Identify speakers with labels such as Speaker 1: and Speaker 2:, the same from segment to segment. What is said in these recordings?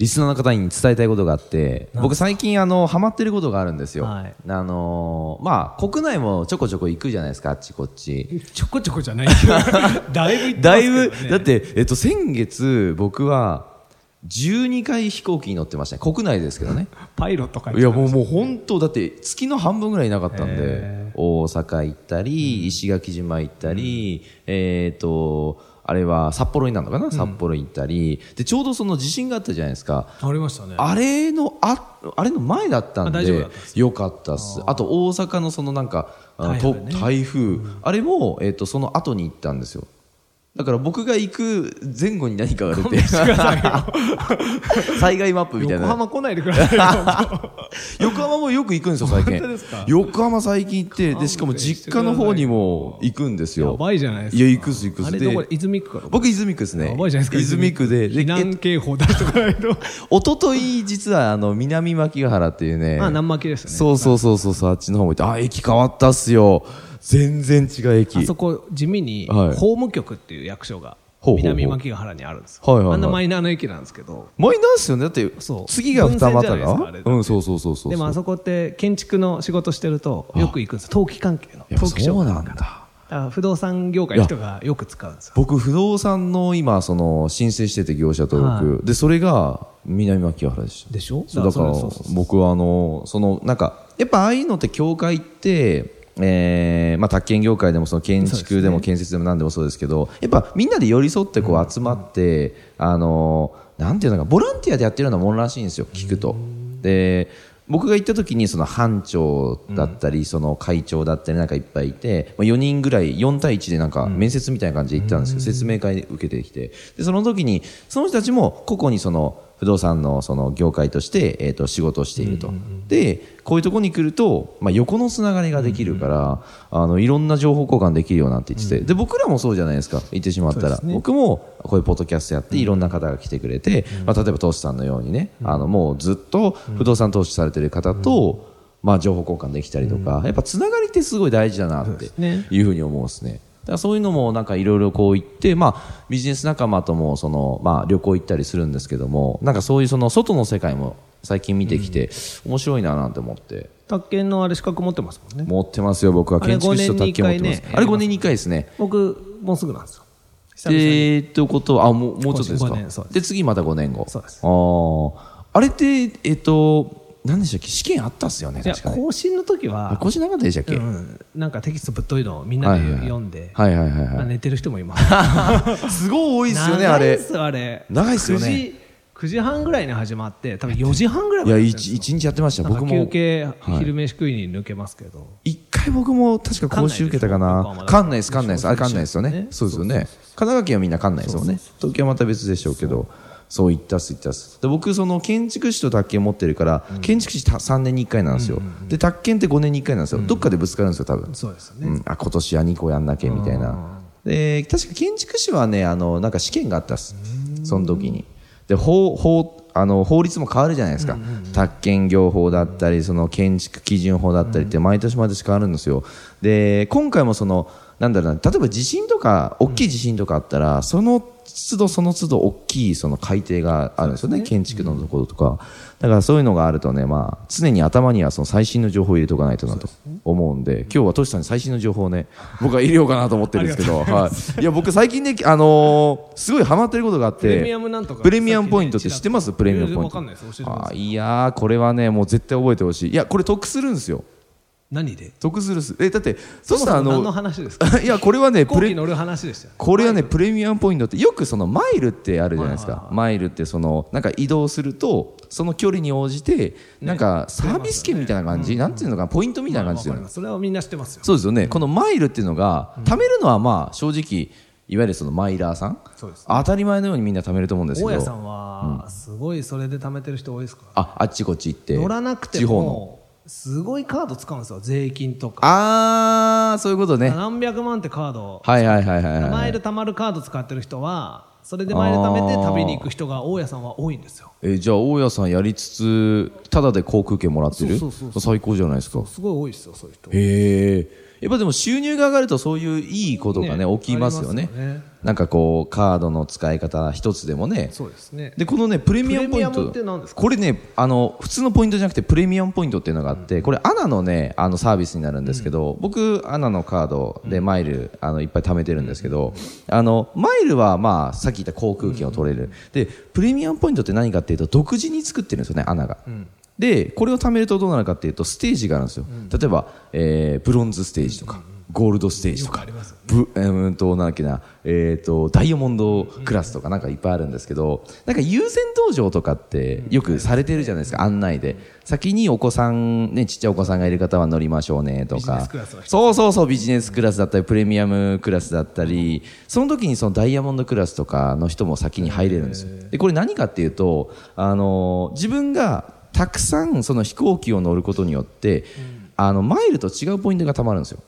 Speaker 1: リスナーの方に伝えたいことがあって
Speaker 2: なん
Speaker 1: 僕最近あのハマってることがあるんですよ、
Speaker 2: はい
Speaker 1: あのーまあ国内もちょこちょこ行くじゃないですかあっちこっち
Speaker 2: ちょこちょこじゃない けどだいぶ行ってま
Speaker 1: だ
Speaker 2: す
Speaker 1: い
Speaker 2: けど、ね
Speaker 1: ぶ、、だって、えっと、先月僕は12回飛行機に乗ってましたね国内ですけどね
Speaker 2: パイロットか
Speaker 1: いやもうもう本当だって月の半分ぐらいいなかったんで
Speaker 2: へ
Speaker 1: 大阪行ったり石垣島行ったり、えっとあれは札幌になるのかな札幌行ったり、でちょうどその地震があったじゃないですか
Speaker 2: ありましたね
Speaker 1: あれのああれの前だったん
Speaker 2: あ大丈夫
Speaker 1: で
Speaker 2: だったんで
Speaker 1: よかったっすあと大阪のそのなんかあの
Speaker 2: 台
Speaker 1: と
Speaker 2: 風
Speaker 1: 台風,、
Speaker 2: ね
Speaker 1: あれも、えっとその後に行ったんですよだから僕が行く前後に何かが出て 災害マップみたい
Speaker 2: 横
Speaker 1: な
Speaker 2: 浜来ないでくださいよ
Speaker 1: 横浜もよく行くんですよ最近
Speaker 2: 本当ですか
Speaker 1: 横浜最近行ってでしかも実家の方にも行くんです
Speaker 2: や
Speaker 1: よ
Speaker 2: ばいじゃないです
Speaker 1: い
Speaker 2: か
Speaker 1: や行くっす行くっ
Speaker 2: あ
Speaker 1: す
Speaker 2: れ
Speaker 1: で
Speaker 2: どこで泉区から
Speaker 1: 僕泉区ですね
Speaker 2: やばいじゃないですか
Speaker 1: 泉区でで
Speaker 2: 避難警報出しとかない と
Speaker 1: おととい実はあの南牧ヶ原っていうね
Speaker 2: あ南巻ですね
Speaker 1: そうそうそうそうそうあっちの方も行ってあ駅変わったっすよ全然違う駅
Speaker 2: あそこ地味に
Speaker 1: はい
Speaker 2: 法務局っていう役所が
Speaker 1: ほうほうほう
Speaker 2: 南牧ヶ原にあるんですよ、
Speaker 1: はいはいはい
Speaker 2: あんなマイナーな駅なんですけど
Speaker 1: マイナーっすよねだって
Speaker 2: そう
Speaker 1: 次が二股
Speaker 2: 分線じゃないですかあ
Speaker 1: が
Speaker 2: れだって
Speaker 1: うんそうそうそうそう
Speaker 2: でもあそこって建築の仕事してるとよく行くんです陶器関係の
Speaker 1: やっぱ
Speaker 2: 陶器商
Speaker 1: そう
Speaker 2: 品
Speaker 1: なんだ
Speaker 2: だから不動産業界の人がよく使うんですよ
Speaker 1: 僕不動産の今その申請してて業者登録、
Speaker 2: は
Speaker 1: でそれが南牧原でした
Speaker 2: でしょ
Speaker 1: そうだから
Speaker 2: そうそうそうそう
Speaker 1: 僕はあのそのなんかやっぱああいうのって業界ってえーまあ、宅建業界でもその建築でも建設でも何でもそうですけどやっぱみんなで寄り添ってこう集まって、あのなんていうのかボランティアでやってるようなものらしいんですよ聞くと。で僕が行った時にその班長だったりその会長だったりなんかいっぱいいて、まあ、4人ぐらい4対1でなんか面接みたいな感じで行ったんですけど、説明会で受けてきてでその時にその人たちも個々にその不動産のその業界として、えー、と仕事をしていると、でこういうところに来ると、まあ、横のつながりができるから、あのいろんな情報交換できるようになってきて、で僕らもそうじゃないですか言ってしまったら、僕もこういうポッドキャストやっていろんな方が来てくれて、まあ、例えば投資さんのようにね、あのもうずっと不動産投資されてる方と、まあ、情報交換できたりとか、やっぱつながりってすごい大事だなって
Speaker 2: すね
Speaker 1: いうふうに思うんですね。だからそういうのもなんかいろいろこう行って、まあ、ビジネス仲間ともその、まあ、旅行行ったりするんですけどもなんかそういうその外の世界も最近見てきて、面白いななんて思って
Speaker 2: 宅建のあれ資格持ってますもんね
Speaker 1: 持ってますよ僕は
Speaker 2: あれ
Speaker 1: 建築士と
Speaker 2: 5
Speaker 1: 卓
Speaker 2: 年に
Speaker 1: 球持ってます
Speaker 2: 一回ね
Speaker 1: あれ5年に1回ですね
Speaker 2: 僕もうすぐなんですよ久々に
Speaker 1: えー、とことはあもうもうちょっとですか
Speaker 2: 五年そうです
Speaker 1: で次また5年後
Speaker 2: そうです
Speaker 1: あーあれってえっ、と何でしたっけ試験あったっすよね
Speaker 2: いや
Speaker 1: 確かね
Speaker 2: 更新の時は
Speaker 1: あ更新なかったでしたっけ、
Speaker 2: うん、なんかテキストぶっといのをみんなで読んで、
Speaker 1: はいはいはい
Speaker 2: まあ
Speaker 1: はい
Speaker 2: 寝てる人もいます。長
Speaker 1: すごい多い
Speaker 2: い
Speaker 1: ですよねあれ
Speaker 2: っすあれ
Speaker 1: 長いっすよね
Speaker 2: 9時9時半ぐらいに始まって、多分4時半ぐらい
Speaker 1: い
Speaker 2: ま
Speaker 1: や
Speaker 2: でやってるんです
Speaker 1: 一
Speaker 2: よ。
Speaker 1: 一日やってました
Speaker 2: なんか
Speaker 1: 僕も
Speaker 2: 休憩、
Speaker 1: はい
Speaker 2: 昼飯食いに抜けますけど、
Speaker 1: 一回僕も確か講習受けたかな館内
Speaker 2: 館内
Speaker 1: で
Speaker 2: ですしょ
Speaker 1: 館内ですあれ館内ですよね
Speaker 2: ね
Speaker 1: そうですよね神奈川県はみんな館内ですもんね東京はまた別でしょうけどそう行ったっす行ったっすで僕その建築士と宅建持ってるから建築士た3年に1回なんですよで宅建って5年に1回なんですよどっかでぶつかるんですよ多分
Speaker 2: そうですよね。
Speaker 1: うん、あ今年は2個やんなきゃみたいなで確か建築士はねあのなんか試験があったっすその時にで法法あの法律も変わるじゃないですか、宅建業法だったりその建築基準法だったりって毎年毎年変わるんですよで今回もそのなんだろうな例えば地震とか大きい地震とかあったら、その都度その都度大きいその改定があるんですよね建築のところとか、だからそういうのがあるとね、まあ、常に頭にはその最新の情報を入れとかないとなと思うんで今日はトシさんに最新の情報をね僕は入れようかなと思ってるんですけ どはい、いや僕最近ね、あのーすごいハマってることがあって
Speaker 2: プレミアムなんとか
Speaker 1: プレミアムポイントって知ってますプレミアムポイン
Speaker 2: わか
Speaker 1: ト
Speaker 2: んないです。教えてくだ
Speaker 1: あ
Speaker 2: さい。
Speaker 1: いやーこれはねもう絶対覚えてほしいいやこれ得するんですよ
Speaker 2: 何で
Speaker 1: 得するっすえだってト
Speaker 2: そも
Speaker 1: シ
Speaker 2: そ
Speaker 1: さん
Speaker 2: も
Speaker 1: あ
Speaker 2: 何の
Speaker 1: の
Speaker 2: 話です か
Speaker 1: いやこれはね
Speaker 2: 飛行
Speaker 1: プレ
Speaker 2: 機乗る話でしたよ。
Speaker 1: これはねプレミアムポイントってよくそのマイルってあるじゃないですか、
Speaker 2: はいはいは
Speaker 1: マイルってそのなんか移動するとその距離に応じてなんかサービス券みたいな感じ、なんていうのかなポイントみたいな感じですよ
Speaker 2: まあわ
Speaker 1: ね、
Speaker 2: かりますそれはみんな知ってますよ。
Speaker 1: そうですよね、このマイルっていうのが貯めるのはまあ正直いわゆるそのマイラーさん、
Speaker 2: そうです
Speaker 1: 当たり前のようにみんな貯めると思うんです
Speaker 2: 大
Speaker 1: け
Speaker 2: 家さ
Speaker 1: ど
Speaker 2: んは、すごいそれで貯めてる人多いですから
Speaker 1: ああっちこっち行って
Speaker 2: 乗らなくて
Speaker 1: 地方の
Speaker 2: もすごいカード使うんですよ税金とか
Speaker 1: あー、そういうことね。
Speaker 2: 何百万ってカード
Speaker 1: はいはいはいはい、は
Speaker 2: マイ
Speaker 1: い
Speaker 2: ル。貯まるカード使ってる人はそれでマイル貯めて旅に行く人が大家さんは多いんですよ
Speaker 1: えーじゃあ、大家さんやりつつ、ただで航空券もらってる
Speaker 2: そうそうそう
Speaker 1: 最高じゃないですか。
Speaker 2: すごい多いですよそういう人
Speaker 1: へえ。やっぱでも収入が上がるとそういういいことがね、
Speaker 2: ね
Speaker 1: 起きますよね
Speaker 2: ありますよね
Speaker 1: なんかこう、カードの使い方一つでもね。
Speaker 2: そうですね
Speaker 1: でこのねプレミアムポイン
Speaker 2: プレミア
Speaker 1: ト
Speaker 2: ムって何ですか
Speaker 1: これねあの普通のポイントじゃなくてプレミアムポイントっていうのがあって、これアナのねあのサービスになるんですけど、僕アナのカードでマイル、あのいっぱい貯めてるんですけど、あのマイルはまあさっき言った航空券を取れる、でプレミアムポイントって何かっていうと独自に作ってるんですよねアナが。でこれを貯めるとどうなるかっていうとステージがあるんですよ、例えば、えーブロンズステージとか、ゴールドステージとか、ぶえーうんとなんだっけな、えー、とダイヤモンドクラスとかなんかいっぱいあるんですけど、なんか優先登場とかってよくされてるじゃないですか、案内で先にお子さんねちっちゃいお子さんがいる方は乗りましょうねとかそうそうそうビジネスクラスだったりプレミアムクラスだったりその時にそのダイヤモンドクラスとかの人も先に入れるんですよでこれ何かっていうとあの自分がたくさんその飛行機を乗ることによって、あのマイルと違うポイントがたまるんですよ、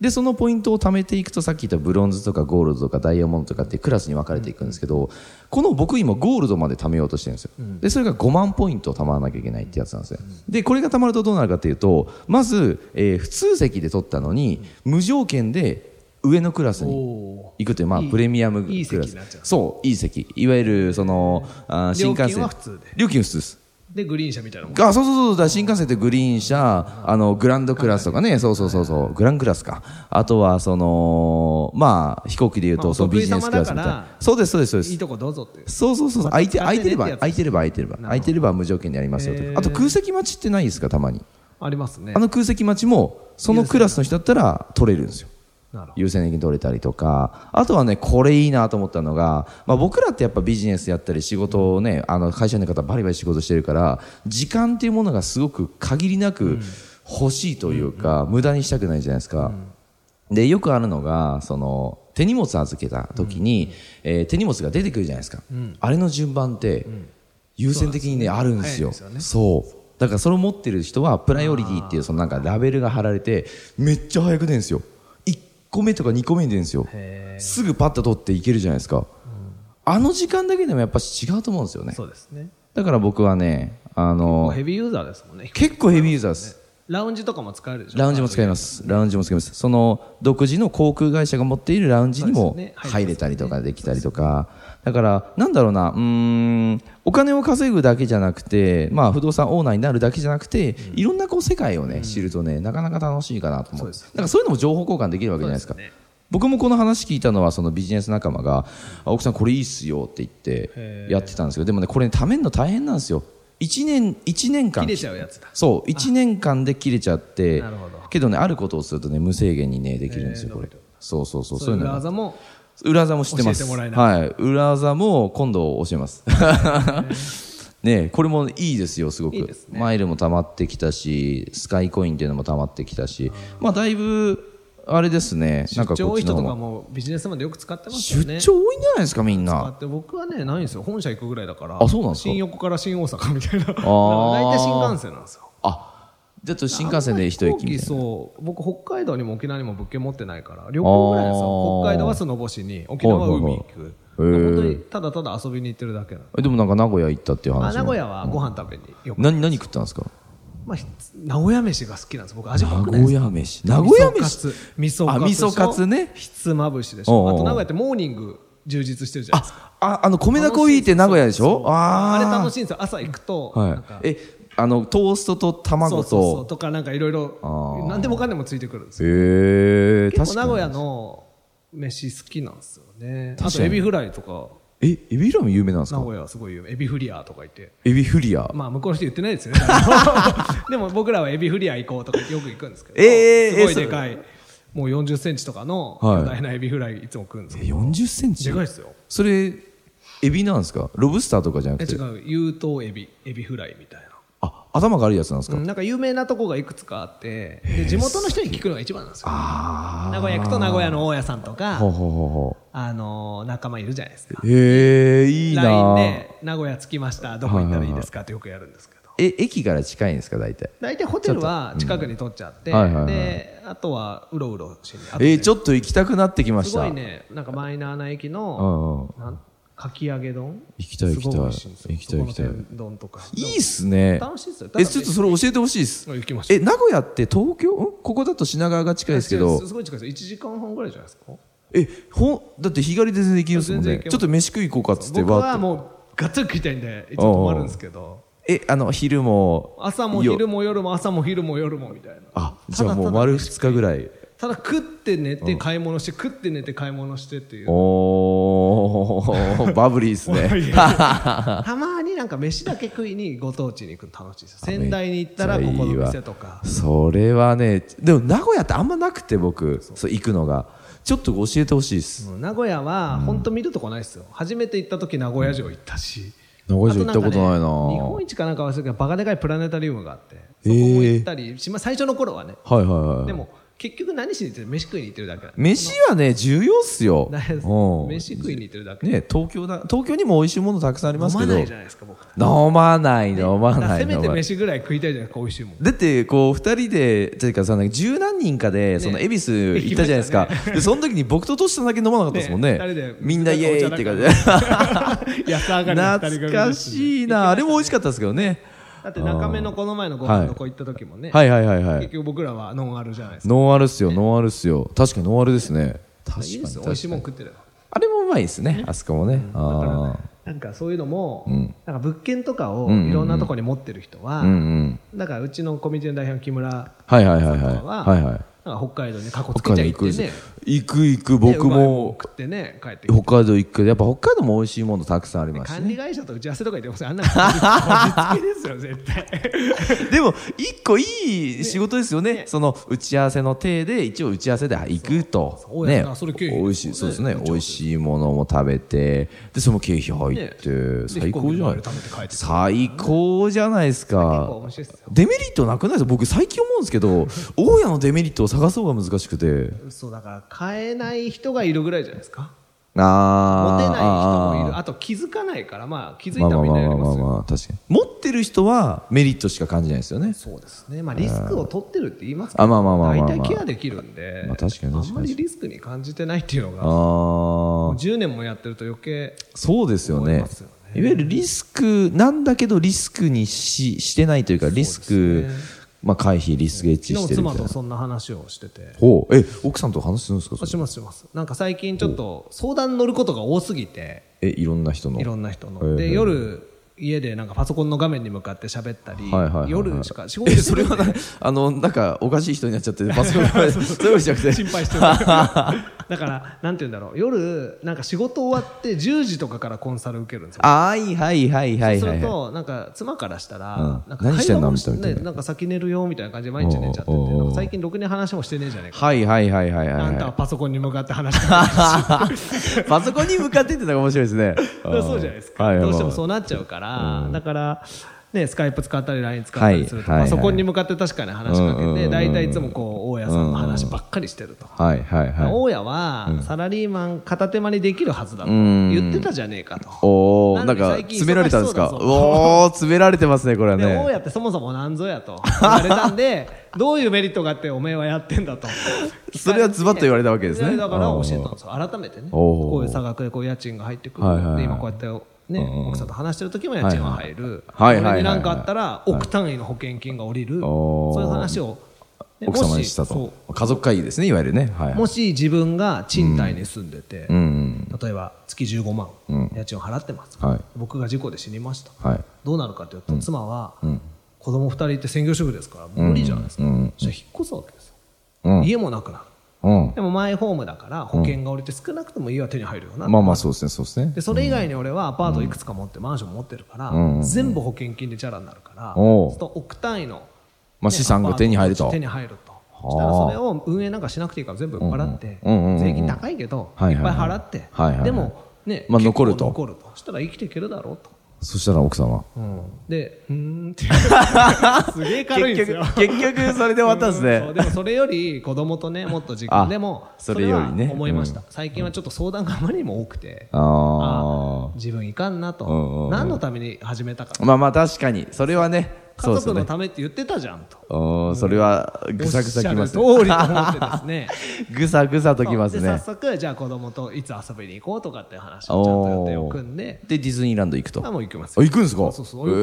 Speaker 1: でそのポイントを貯めていくとさっき言ったブロンズとかゴールドとかダイヤモンドとかっていうクラスに分かれていくんですけど、この僕今ゴールドまで貯めようとしてるんですよ、でそれが5万ポイント貯まらなきゃいけないってやつなんですよ、でこれが貯まるとどうなるかっていうとまず、えー普通席で取ったのに、無条件で上のクラスに行くという、まあ、
Speaker 2: いい
Speaker 1: プレミアムクラス
Speaker 2: いい席になっちゃう
Speaker 1: そういい席いわゆるそのあー新幹線
Speaker 2: 料金は普通で
Speaker 1: 料金普通です
Speaker 2: でグリーン車みたいなもん
Speaker 1: あそうそうそうだから新幹線ってグリーン車あのグランドクラスとかねそうそうそうそうグランクラスかあとはそのまあ飛行機でいう
Speaker 2: ま
Speaker 1: と
Speaker 2: あ
Speaker 1: そのビジネスクラスみたい
Speaker 2: お得意様
Speaker 1: な
Speaker 2: だから
Speaker 1: そうですそうですそうで
Speaker 2: いい
Speaker 1: す
Speaker 2: とこどうぞって
Speaker 1: そうそうそうそう空いて
Speaker 2: 使っ
Speaker 1: 空い
Speaker 2: てね
Speaker 1: てれば
Speaker 2: ってやつ
Speaker 1: 空いてれば空いてれば空いてれば無条件でやりますよと
Speaker 2: へー
Speaker 1: あと空席待ちってないですかたまに
Speaker 2: ありますね
Speaker 1: あの空席待ちもそのクラスの人だったら取れるんですよ
Speaker 2: なるほ
Speaker 1: 優先的に取れたりとかあとはねこれいいなと思ったのが、まあ、僕らってやっぱビジネスやったり仕事をねあの会社員の方バリバリ仕事してるから時間っていうものがすごく限りなく欲しいというか、無駄にしたくないじゃないですか。でよくあるのがその手荷物預けた時に、えー手荷物が出てくるじゃないですか、あれの順番って、優先的にねあるんですよ
Speaker 2: 早いんで
Speaker 1: そうだからそれを持ってる人はプライオリティっていうそのなんかラベルが貼られてめっちゃ早く出るんですよ1個目とか2個目に出るんですよ
Speaker 2: へ
Speaker 1: すぐパッと取っていけるじゃないですか、あの時間だけでもやっぱ違うと思うんですよね
Speaker 2: どそうですね
Speaker 1: だから僕はねあ
Speaker 2: もう
Speaker 1: の
Speaker 2: ヘビーユーザーですもんね
Speaker 1: 結構ヘビーユーザーです
Speaker 2: ラウンジとかも使えるでしょ
Speaker 1: ラウンジも使います。ラウンジも使います。その独自の航空会社が持っているラウンジに
Speaker 2: そう
Speaker 1: も
Speaker 2: ですね
Speaker 1: 入れたりとかできたりとか。だから、なんだろうな、うーん、お金を稼ぐだけじゃなくて、まあ、不動産オーナーになるだけじゃなくて、いろんなこう世界をね、知るとね、なかなか楽しいかなと思う。だからそういうのも情報交換できるわけじゃないですか。
Speaker 2: そうですね
Speaker 1: 僕もこの話聞いたのはそのビジネス仲間が「あ奥さんこれいいっすよ」って言って
Speaker 2: へ
Speaker 1: やってたんですけどでもねこれね貯めるの大変なんですよ1年一年間
Speaker 2: 切れちゃうやつだ
Speaker 1: そう1年間で切れちゃって
Speaker 2: なるほど
Speaker 1: けどねあることをするとね無制限にねできるんですよこれそうそうそう
Speaker 2: そ
Speaker 1: そうう
Speaker 2: い
Speaker 1: いうう
Speaker 2: 裏
Speaker 1: の
Speaker 2: 技も
Speaker 1: 裏技も知ってます
Speaker 2: 教えてもらいな
Speaker 1: はい裏技も今度教えます ねこれもいいですよすごく
Speaker 2: いいですね
Speaker 1: マイルも溜まってきたしスカイコインっていうのも溜まってきたしまあだいぶあれですねな
Speaker 2: 出
Speaker 1: んか
Speaker 2: 張
Speaker 1: こ
Speaker 2: 多
Speaker 1: っ
Speaker 2: い
Speaker 1: ち
Speaker 2: 人
Speaker 1: の
Speaker 2: と
Speaker 1: 方
Speaker 2: か
Speaker 1: が
Speaker 2: もビジネスマンでよく使ってますよ
Speaker 1: 出
Speaker 2: ね
Speaker 1: 張多いんじゃないですかみん
Speaker 2: あ
Speaker 1: な
Speaker 2: って僕はねないんですよ本社行くぐらいだから
Speaker 1: あそうなんですか
Speaker 2: 新横から新大阪みたいなだから
Speaker 1: ー
Speaker 2: 大体新幹線なんですよ
Speaker 1: あじゃあちょっと新幹線で一駅みたいな
Speaker 2: そう僕北海道にも沖縄にも物件持ってないから旅行ぐらいなんですよ
Speaker 1: あー
Speaker 2: 北海道はその星に沖縄は海行く、
Speaker 1: はいはいはいへー
Speaker 2: 本当にただただ遊びに行ってるだけなの
Speaker 1: えでもなんか名古屋行ったっていう話も
Speaker 2: あ名古屋はご飯食べによく、
Speaker 1: 何何食ったんですか
Speaker 2: まあ、ひ名古屋飯が好きなんです僕味
Speaker 1: 名
Speaker 2: 濃くないで
Speaker 1: 古
Speaker 2: す
Speaker 1: 屋飯
Speaker 2: か
Speaker 1: 名古屋飯
Speaker 2: 味噌カツ
Speaker 1: あ味噌カツね
Speaker 2: ひつまぶしでし
Speaker 1: おう
Speaker 2: ょ
Speaker 1: おう
Speaker 2: あと名古屋ってモーニング充実してるじゃないですか
Speaker 1: あああの米田コーヒーって名古屋でしょあ
Speaker 2: あれ
Speaker 1: ー
Speaker 2: 楽しいんですよ朝行くと、なんか
Speaker 1: はい、えあのトーストと
Speaker 2: そう
Speaker 1: 卵
Speaker 2: そうそう
Speaker 1: と
Speaker 2: とかなんかいろい
Speaker 1: あ
Speaker 2: ろ
Speaker 1: ー
Speaker 2: 何でもかんでもついてくるんですよ
Speaker 1: へえ確
Speaker 2: 結構名
Speaker 1: か
Speaker 2: 古
Speaker 1: に
Speaker 2: 屋の飯好きなんですよねあ
Speaker 1: 確か
Speaker 2: と
Speaker 1: に
Speaker 2: エビフライとか
Speaker 1: えエビフライも有名なんです
Speaker 2: 名
Speaker 1: か
Speaker 2: 古屋はすごい有名エビフリアとか言って
Speaker 1: エビフリア
Speaker 2: まあ向こうの人言ってないです よね誰もでも僕らはエビフリア行こうとかよく行くんですけど、
Speaker 1: えー
Speaker 2: すごい
Speaker 1: えー
Speaker 2: でかいもう4 0ンチとかの
Speaker 1: はい
Speaker 2: 巨大なエビフライいつも食うんですけど、
Speaker 1: 40センチ
Speaker 2: でかいですよ
Speaker 1: それエビなんですかロブスターとかじゃな
Speaker 2: え
Speaker 1: く
Speaker 2: 違
Speaker 1: て
Speaker 2: う有頭エビエビフライみたいな
Speaker 1: あ頭があるやつなんですか、
Speaker 2: うんなんか有名なとこがいくつかあってで地元の人に聞くのが一番なんですよ
Speaker 1: ああ
Speaker 2: 名古屋行くと名古屋の大家さんとか
Speaker 1: ほうほうほうほ
Speaker 2: あのー仲間いるじゃないですか
Speaker 1: うへえいいな
Speaker 2: LINE で名古屋着きましたどこ行ったらいいですかってよくやるんですけどよ
Speaker 1: え駅から近いんですか大体
Speaker 2: 大体ホテルは近くに取っちゃって、
Speaker 1: ちょっとうんはいはいはい
Speaker 2: であとはうろうろして
Speaker 1: えー、ち
Speaker 2: ょっ
Speaker 1: ょっと行きたくなってきまし
Speaker 2: す
Speaker 1: た
Speaker 2: ごいねなんかマイナーな駅
Speaker 1: う
Speaker 2: の、
Speaker 1: んうん
Speaker 2: なんかき揚げ丼
Speaker 1: 行きたい行きたい
Speaker 2: すご美味しんですよ
Speaker 1: 行きたい
Speaker 2: そこの
Speaker 1: 行きたい
Speaker 2: 天丼とか
Speaker 1: いいっすね
Speaker 2: 楽しいっすよ
Speaker 1: えちょっとそれ教えてほしいです
Speaker 2: あ行きましょう
Speaker 1: え名古屋って東京んここだと品川が近いですけど
Speaker 2: すすごい近いですよ1時間半ぐらいじゃないですか
Speaker 1: えほんだって日帰りで全然行きますもん
Speaker 2: 全然
Speaker 1: ね
Speaker 2: 行けま
Speaker 1: ち
Speaker 2: す
Speaker 1: ょっと飯食い行こうかっつって
Speaker 2: 僕は
Speaker 1: わーっ
Speaker 2: もうガッツリ食いたいんでいつも泊まるんですけど
Speaker 1: てえあの昼も
Speaker 2: 朝も
Speaker 1: よ
Speaker 2: 昼も夜も朝も昼も夜もみたいな
Speaker 1: あじゃあもう丸2日ぐらい
Speaker 2: ただ食って寝て買い物して食って寝て買い物してっていう
Speaker 1: お ーバブリーですね
Speaker 2: たまになんか飯だけ食いにご当地に行くの楽しいですよ仙台に行ったらこ
Speaker 1: めっちゃいい
Speaker 2: この
Speaker 1: わ
Speaker 2: 店とか
Speaker 1: それはねでも名古屋ってあんまなくて僕そう行くのがちょっと教えてほしいです、
Speaker 2: うん名古屋は本当見るとこないですよ初めて行った時名古屋城行ったし
Speaker 1: 名古屋城行ったことないな
Speaker 2: あんかね日本一かなんか忘れたけどバカでかいプラネタリウムがあって
Speaker 1: え
Speaker 2: そこ
Speaker 1: ー
Speaker 2: も行ったりしま最初の頃はね
Speaker 1: はいはいはい
Speaker 2: でも結局何しに行ってる飯食いに行ってるだけなんで
Speaker 1: 飯はね重要っすよ
Speaker 2: だから
Speaker 1: うん
Speaker 2: 飯食いに行ってるだけ
Speaker 1: ね東京だ東京にも美味しいものたくさんあります
Speaker 2: 飲
Speaker 1: け
Speaker 2: ま
Speaker 1: ど
Speaker 2: ないじゃないですか僕
Speaker 1: 飲まない飲ま
Speaker 2: だから
Speaker 1: ない
Speaker 2: せめ
Speaker 1: 飲
Speaker 2: て
Speaker 1: まない
Speaker 2: 飯ぐらい食いたいじゃないですか美味しいもん
Speaker 1: だってこう二人でていうかさなんか十何人かでその恵比寿行ったじゃないですか、
Speaker 2: 行きまし
Speaker 1: でその時に僕とトシさんだけ飲まなかったですもんね
Speaker 2: ね二人で
Speaker 1: みんなイエーイって感じで
Speaker 2: 安 上がりの二人組
Speaker 1: 懐かしいなあれも美味しかったですけどね
Speaker 2: だって中目のこの前のご飯の子行った時もね、
Speaker 1: はいはいはいは
Speaker 2: 結
Speaker 1: い
Speaker 2: 局僕らはノンアルじゃないですか
Speaker 1: ノンアルっすよノンアルっすよ確かにノンアルですね確か
Speaker 2: いい
Speaker 1: に
Speaker 2: です
Speaker 1: 確
Speaker 2: よ
Speaker 1: か
Speaker 2: 美
Speaker 1: に
Speaker 2: 味しいもん食ってる
Speaker 1: あれもうまいですねあそこもねああ
Speaker 2: なんかそういうのも、
Speaker 1: ん
Speaker 2: なんか物件とか
Speaker 1: うん
Speaker 2: を
Speaker 1: うんうん
Speaker 2: いろんなとこに持ってる人は、
Speaker 1: うんうん
Speaker 2: だからうちのコミュニティの代表の木村
Speaker 1: はいはいはいはい
Speaker 2: さんとかは、
Speaker 1: はいはい
Speaker 2: なんか北海道に過去つ
Speaker 1: 北
Speaker 2: けちゃい
Speaker 1: 海
Speaker 2: っ
Speaker 1: 道行く
Speaker 2: て
Speaker 1: んですよ
Speaker 2: ねね
Speaker 1: 行く行く僕
Speaker 2: うまいん
Speaker 1: も
Speaker 2: 食ってね帰ってきて
Speaker 1: 北海道行くやっぱ北海道も美味しいものたくさんありますし
Speaker 2: 管
Speaker 1: ね
Speaker 2: 理会社と打ち合わせとか言ってもそれあんなの落ち着きですよ絶対
Speaker 1: でも一個いい仕事ですよねその打ち合わせの体で一応打ち合わせで行くと
Speaker 2: そう
Speaker 1: ね
Speaker 2: そうやなそれ経費
Speaker 1: 美味しいそうですね美味しいものも食べてでその経費入って最高じゃない
Speaker 2: で飛行機の上で食べて帰ってくる
Speaker 1: 最高じゃないです
Speaker 2: 結構
Speaker 1: か
Speaker 2: 面白いですよ
Speaker 1: デメリットなくないですか僕最近思うんですけど大家のデメリットを探そうが難しくて
Speaker 2: そうだから買えない人がいるぐらいじゃないですか
Speaker 1: あ
Speaker 2: モ
Speaker 1: ー
Speaker 2: テない人もい
Speaker 1: あー
Speaker 2: るあと気づかないからまあ気づい
Speaker 1: ま
Speaker 2: た
Speaker 1: あ
Speaker 2: ら
Speaker 1: まあ
Speaker 2: み
Speaker 1: まあ
Speaker 2: んなや
Speaker 1: ま
Speaker 2: り
Speaker 1: あま
Speaker 2: ま
Speaker 1: あ
Speaker 2: すよ
Speaker 1: まあ確かに持ってる人はメリットしか感じないですよね
Speaker 2: そうですねまあリスクを取ってるって言いますけ
Speaker 1: あ
Speaker 2: ど
Speaker 1: まあまあまあまあまあ
Speaker 2: 大体ケアできるんで
Speaker 1: まあ確かに確かに
Speaker 2: あんまりリスクに感じてないっていうのがもう
Speaker 1: ああ
Speaker 2: 10年もやってると余計
Speaker 1: そうですよ
Speaker 2: 思い
Speaker 1: ね
Speaker 2: ますよ
Speaker 1: いわゆるリスクなんだけどリスクにししてないというかリスク、まあ、回避リスクエッジし
Speaker 2: 昨日
Speaker 1: てるみた
Speaker 2: 妻
Speaker 1: い
Speaker 2: と
Speaker 1: な
Speaker 2: そんな話をしてて
Speaker 1: ほうえ奥さんと話するんですか
Speaker 2: あ
Speaker 1: そ
Speaker 2: し
Speaker 1: れ
Speaker 2: ますしますなんか最近ちょっと相談乗ることが多すぎて
Speaker 1: えいろんな人の
Speaker 2: いろんな人の
Speaker 1: え
Speaker 2: で
Speaker 1: え
Speaker 2: 夜家でなんかパソコンの画面に向かって喋ったり
Speaker 1: はいはいはいはい
Speaker 2: 夜しか仕事
Speaker 1: え
Speaker 2: して
Speaker 1: それ
Speaker 2: るんで
Speaker 1: はなあのなんかおかしい人になっちゃってパソ コンがそういうことじゃなくて
Speaker 2: 心配してるだからなんて言うんだろう夜なんか仕事終わって10時とかからコンサル受けるんですよ
Speaker 1: あはいはいはいはい
Speaker 2: そ
Speaker 1: は
Speaker 2: れ
Speaker 1: いはい
Speaker 2: となんか妻からしたら
Speaker 1: うん
Speaker 2: なん
Speaker 1: 何してんの
Speaker 2: 会話も
Speaker 1: みたいな
Speaker 2: ねなんか先寝るよみたいな感じで毎日寝ちゃって
Speaker 1: おうおう
Speaker 2: て
Speaker 1: おう
Speaker 2: なんか最近ろくに話もしてねえじゃねえか
Speaker 1: はいはいはいはい
Speaker 2: あんた
Speaker 1: は
Speaker 2: はいパソコンに向かって話してないし
Speaker 1: パソコンに向かってってのが面白いですね
Speaker 2: そうじゃないですか
Speaker 1: はいはい
Speaker 2: ど
Speaker 1: はい
Speaker 2: うしてもそうなっちゃうからだからねスカイプ使ったり LINE 使ったりすると
Speaker 1: はいはいは
Speaker 2: パ
Speaker 1: い
Speaker 2: ソコンに向かって確かに話しか
Speaker 1: うんうんうん
Speaker 2: け
Speaker 1: う
Speaker 2: て
Speaker 1: ん
Speaker 2: 大体いつもこう大家さんの話ばっかりしてると
Speaker 1: はいはいはい
Speaker 2: 大家はサラリーマン片手間にできるはずだと
Speaker 1: ん
Speaker 2: 言ってたじゃねえかと。
Speaker 1: おお
Speaker 2: な
Speaker 1: なんん
Speaker 2: で
Speaker 1: か
Speaker 2: 最近
Speaker 1: 詰められたんですか
Speaker 2: 忙しそうだぞ
Speaker 1: おお詰められてますねこれは
Speaker 2: で大
Speaker 1: ね
Speaker 2: 家ってそもそも何ぞやと言われたんで どういうメリットがあっておめえはやってんだと
Speaker 1: それはズバッと言われたわけですね
Speaker 2: いやだから教えたんですよ改めてね
Speaker 1: おー
Speaker 2: こういう差額でこう家賃が入ってくる、
Speaker 1: はいはいはい
Speaker 2: で今こうやってね、
Speaker 1: うん
Speaker 2: 奥さんと話してる時も家賃は入る、
Speaker 1: はいはいはいはい
Speaker 2: これに何かあったら億単位の保険金が下りる、
Speaker 1: おー
Speaker 2: そういう話を、ね
Speaker 1: 奥様にした
Speaker 2: もし
Speaker 1: と
Speaker 2: そ
Speaker 1: 家族会議ですねいわゆるねはいう
Speaker 2: もし自分が賃貸に住んでて、
Speaker 1: うんうん
Speaker 2: 例えば月15万、
Speaker 1: うん
Speaker 2: 家賃を払ってます、
Speaker 1: はい
Speaker 2: 僕が事故で死にました、
Speaker 1: はい
Speaker 2: どうなるかというと、妻は、
Speaker 1: ん
Speaker 2: 子供二人いて専業主婦ですから無理じゃないですか、
Speaker 1: うんうん
Speaker 2: そしたら引っ越すわけですよ、
Speaker 1: うん
Speaker 2: 家もなくなる
Speaker 1: うん
Speaker 2: でもマイホームだから保険が降りて少なくとも家は手に入るよな、
Speaker 1: まあまあそうですねそうですね
Speaker 2: でそれ以外に俺はアパートいくつか持って、マンション持ってるから、
Speaker 1: うん
Speaker 2: 全部保険金でチャラになるから、
Speaker 1: おう
Speaker 2: そうすると億単位の、
Speaker 1: まあ資産が手に入る
Speaker 2: アパー
Speaker 1: と
Speaker 2: ト手に入るとしたらそれを運営なんかしなくていいから全部売っ払って、
Speaker 1: うんうんうんうん
Speaker 2: 税金高いけど、
Speaker 1: はいい
Speaker 2: っ
Speaker 1: はい
Speaker 2: ぱ
Speaker 1: はいい
Speaker 2: 払って、
Speaker 1: はいはいはい
Speaker 2: でも、ね
Speaker 1: まあ
Speaker 2: 結構
Speaker 1: 残ると
Speaker 2: 残るとしたら生きていけるだろうと。
Speaker 1: そしたら奥様
Speaker 2: うんで、うーん って。すげえ軽いんですよ。
Speaker 1: 結局それで終わったんです
Speaker 2: そう
Speaker 1: ね
Speaker 2: でもそれより子供とね、もっと時間
Speaker 1: あ
Speaker 2: でも、
Speaker 1: それよりね
Speaker 2: は思いました
Speaker 1: う。
Speaker 2: 最近はちょっと相談があまりにも多くて、
Speaker 1: あ
Speaker 2: 自分いかん
Speaker 1: うんう
Speaker 2: な
Speaker 1: ん
Speaker 2: と
Speaker 1: う。ん
Speaker 2: 何のために始めたかと。
Speaker 1: あまあまあ確かにそれはね
Speaker 2: 家
Speaker 1: そうですよ
Speaker 2: 族
Speaker 1: ね
Speaker 2: のためって言ってたじゃんと。
Speaker 1: おーそれはぐさぐさきます
Speaker 2: おっしゃる通りと思ってですね。
Speaker 1: ぐさぐさときます
Speaker 2: で早
Speaker 1: ね
Speaker 2: 速じゃあ子供といつ遊びに行こうとかっていう話をちゃんと予定を組んで、
Speaker 1: でディズニーランド行くと
Speaker 2: あもう行きます
Speaker 1: あ行くんですか
Speaker 2: そうそうそう
Speaker 1: え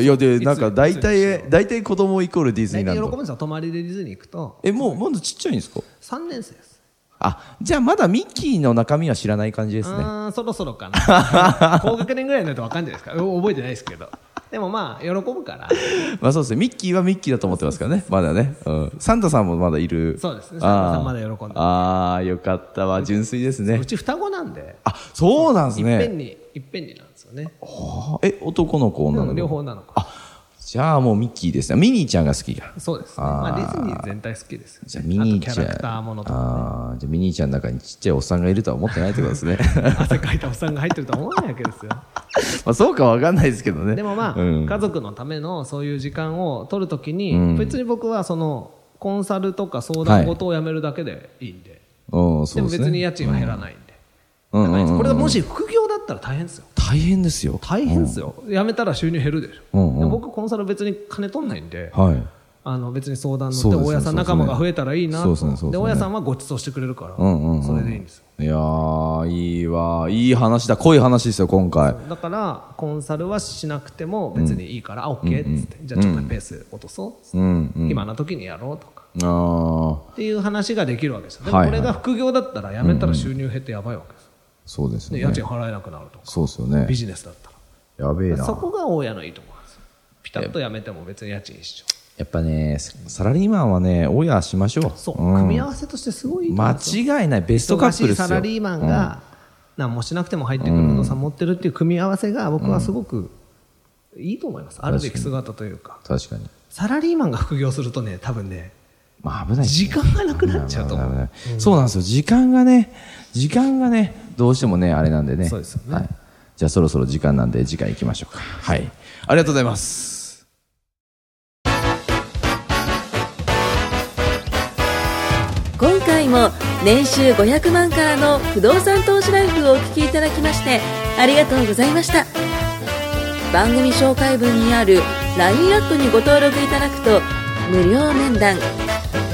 Speaker 1: ーいやでなんか大
Speaker 2: い
Speaker 1: 体
Speaker 2: つ
Speaker 1: 大体子供イコールディズニ
Speaker 2: 大
Speaker 1: ーラ
Speaker 2: 体
Speaker 1: ン
Speaker 2: 喜ぶん
Speaker 1: ド
Speaker 2: ですよ泊まりでディズニー行くと
Speaker 1: えもうまだちっちゃいんですか
Speaker 2: 3年生です
Speaker 1: あじゃあまだミッキーの中身は知らない感じですね
Speaker 2: あーそろそろかな 高学年ぐらいになると分かんじゃないですかお 覚えてないですけどでもまあ喜ぶから
Speaker 1: まあそうですねミッキーはミッキーだと思ってますからねまだね、うん、サンタさんもまだいる
Speaker 2: そうですね
Speaker 1: あー
Speaker 2: サンタさんまだ喜んでる
Speaker 1: ああよかったわ純粋ですね
Speaker 2: うち双子なんで
Speaker 1: あそうなんです
Speaker 2: いっぺ
Speaker 1: ね
Speaker 2: んにいっぺんになんですよね
Speaker 1: あえ男の子女の子、
Speaker 2: 両方なのか
Speaker 1: あじゃあもうミッキーですねミニーちゃんが好きだ
Speaker 2: そうですね
Speaker 1: あー
Speaker 2: まあディズニー全体好きですよね
Speaker 1: じゃあミニー
Speaker 2: あ
Speaker 1: ち
Speaker 2: とキ
Speaker 1: ゃん
Speaker 2: ャラクターものとか
Speaker 1: あーじゃあミニーちゃんの中にちっちゃいおっさんがいるとは思ってないってことですね
Speaker 2: 汗かいたおっさんが入ってるとは思わないわけですよ
Speaker 1: まあそうかわかんない ですけどね
Speaker 2: でもまあ、
Speaker 1: うん
Speaker 2: 家族のためのそういう時間を取るときに、
Speaker 1: うん
Speaker 2: 別に僕はそのコンサルとか相談事をやめるだけでいいんで、
Speaker 1: うん
Speaker 2: で
Speaker 1: そう
Speaker 2: も
Speaker 1: ですね
Speaker 2: 別に家賃は減らないんで、
Speaker 1: うん
Speaker 2: だからいいですこれがも
Speaker 1: うん
Speaker 2: し副業だったら大変ですよ
Speaker 1: 大変ですよ
Speaker 2: 大変ですよ、やめたら収入減るでしょ、
Speaker 1: うんうん
Speaker 2: で僕コンサル別に金取んないんで、
Speaker 1: はい
Speaker 2: あの別に相談乗って
Speaker 1: そうですね
Speaker 2: 大家さん仲間が増えたらいいな
Speaker 1: そう
Speaker 2: と
Speaker 1: ですねそうですね
Speaker 2: で大家さんはご馳走してくれるから、
Speaker 1: うんうんうん
Speaker 2: それでいいんですよ
Speaker 1: いやーいいわいい話だ濃い話ですよ今回
Speaker 2: だからコンサルはしなくても別にいいから、あオッケーっつって、じゃあちょっとペース落とそうっつって、
Speaker 1: うんうん
Speaker 2: 今の時にやろうとか
Speaker 1: あー
Speaker 2: っていう話ができるわけですよ。で
Speaker 1: は
Speaker 2: も
Speaker 1: い
Speaker 2: これが副業だったら辞めたら収入減ってやばいわけですよ。
Speaker 1: そうです
Speaker 2: で
Speaker 1: よ
Speaker 2: 家
Speaker 1: ね
Speaker 2: 賃払えなくなるとか、
Speaker 1: そうですよね
Speaker 2: ビジネスだった
Speaker 1: やべえ
Speaker 2: ら。
Speaker 1: な
Speaker 2: そこが大家のいいところなんですよ。ピタッと辞めても別に家賃一緒。
Speaker 1: やっぱねサラリーマンはねオヤしましょう
Speaker 2: そう、
Speaker 1: ん
Speaker 2: 組み合わせとしてすごいいいと思うんですよ
Speaker 1: 間違いないベストカップル
Speaker 2: 忙し
Speaker 1: で
Speaker 2: い
Speaker 1: すよ
Speaker 2: サラリーマンが何もしなくても入ってくる不動産持ってるっていう組み合わせが僕はすごくいいと思います。あるべき姿というか。
Speaker 1: 確かに
Speaker 2: サラリーマンが副業するとね、多分ね、
Speaker 1: まあ危ない
Speaker 2: 時間がなくなっちゃうと思。
Speaker 1: 危ないう危ないそうなんですよ時間がね時間がねどうしてもねあれなんでね
Speaker 2: そうですよね
Speaker 1: はい、じゃあそろそろ時間なんで次回行きましょうかはいありがとうございます
Speaker 3: 今回も年収500万からの不動産投資ライフをお聞きいただきましてありがとうございました番組紹介文にある LINE アップにご登録いただくと無料面談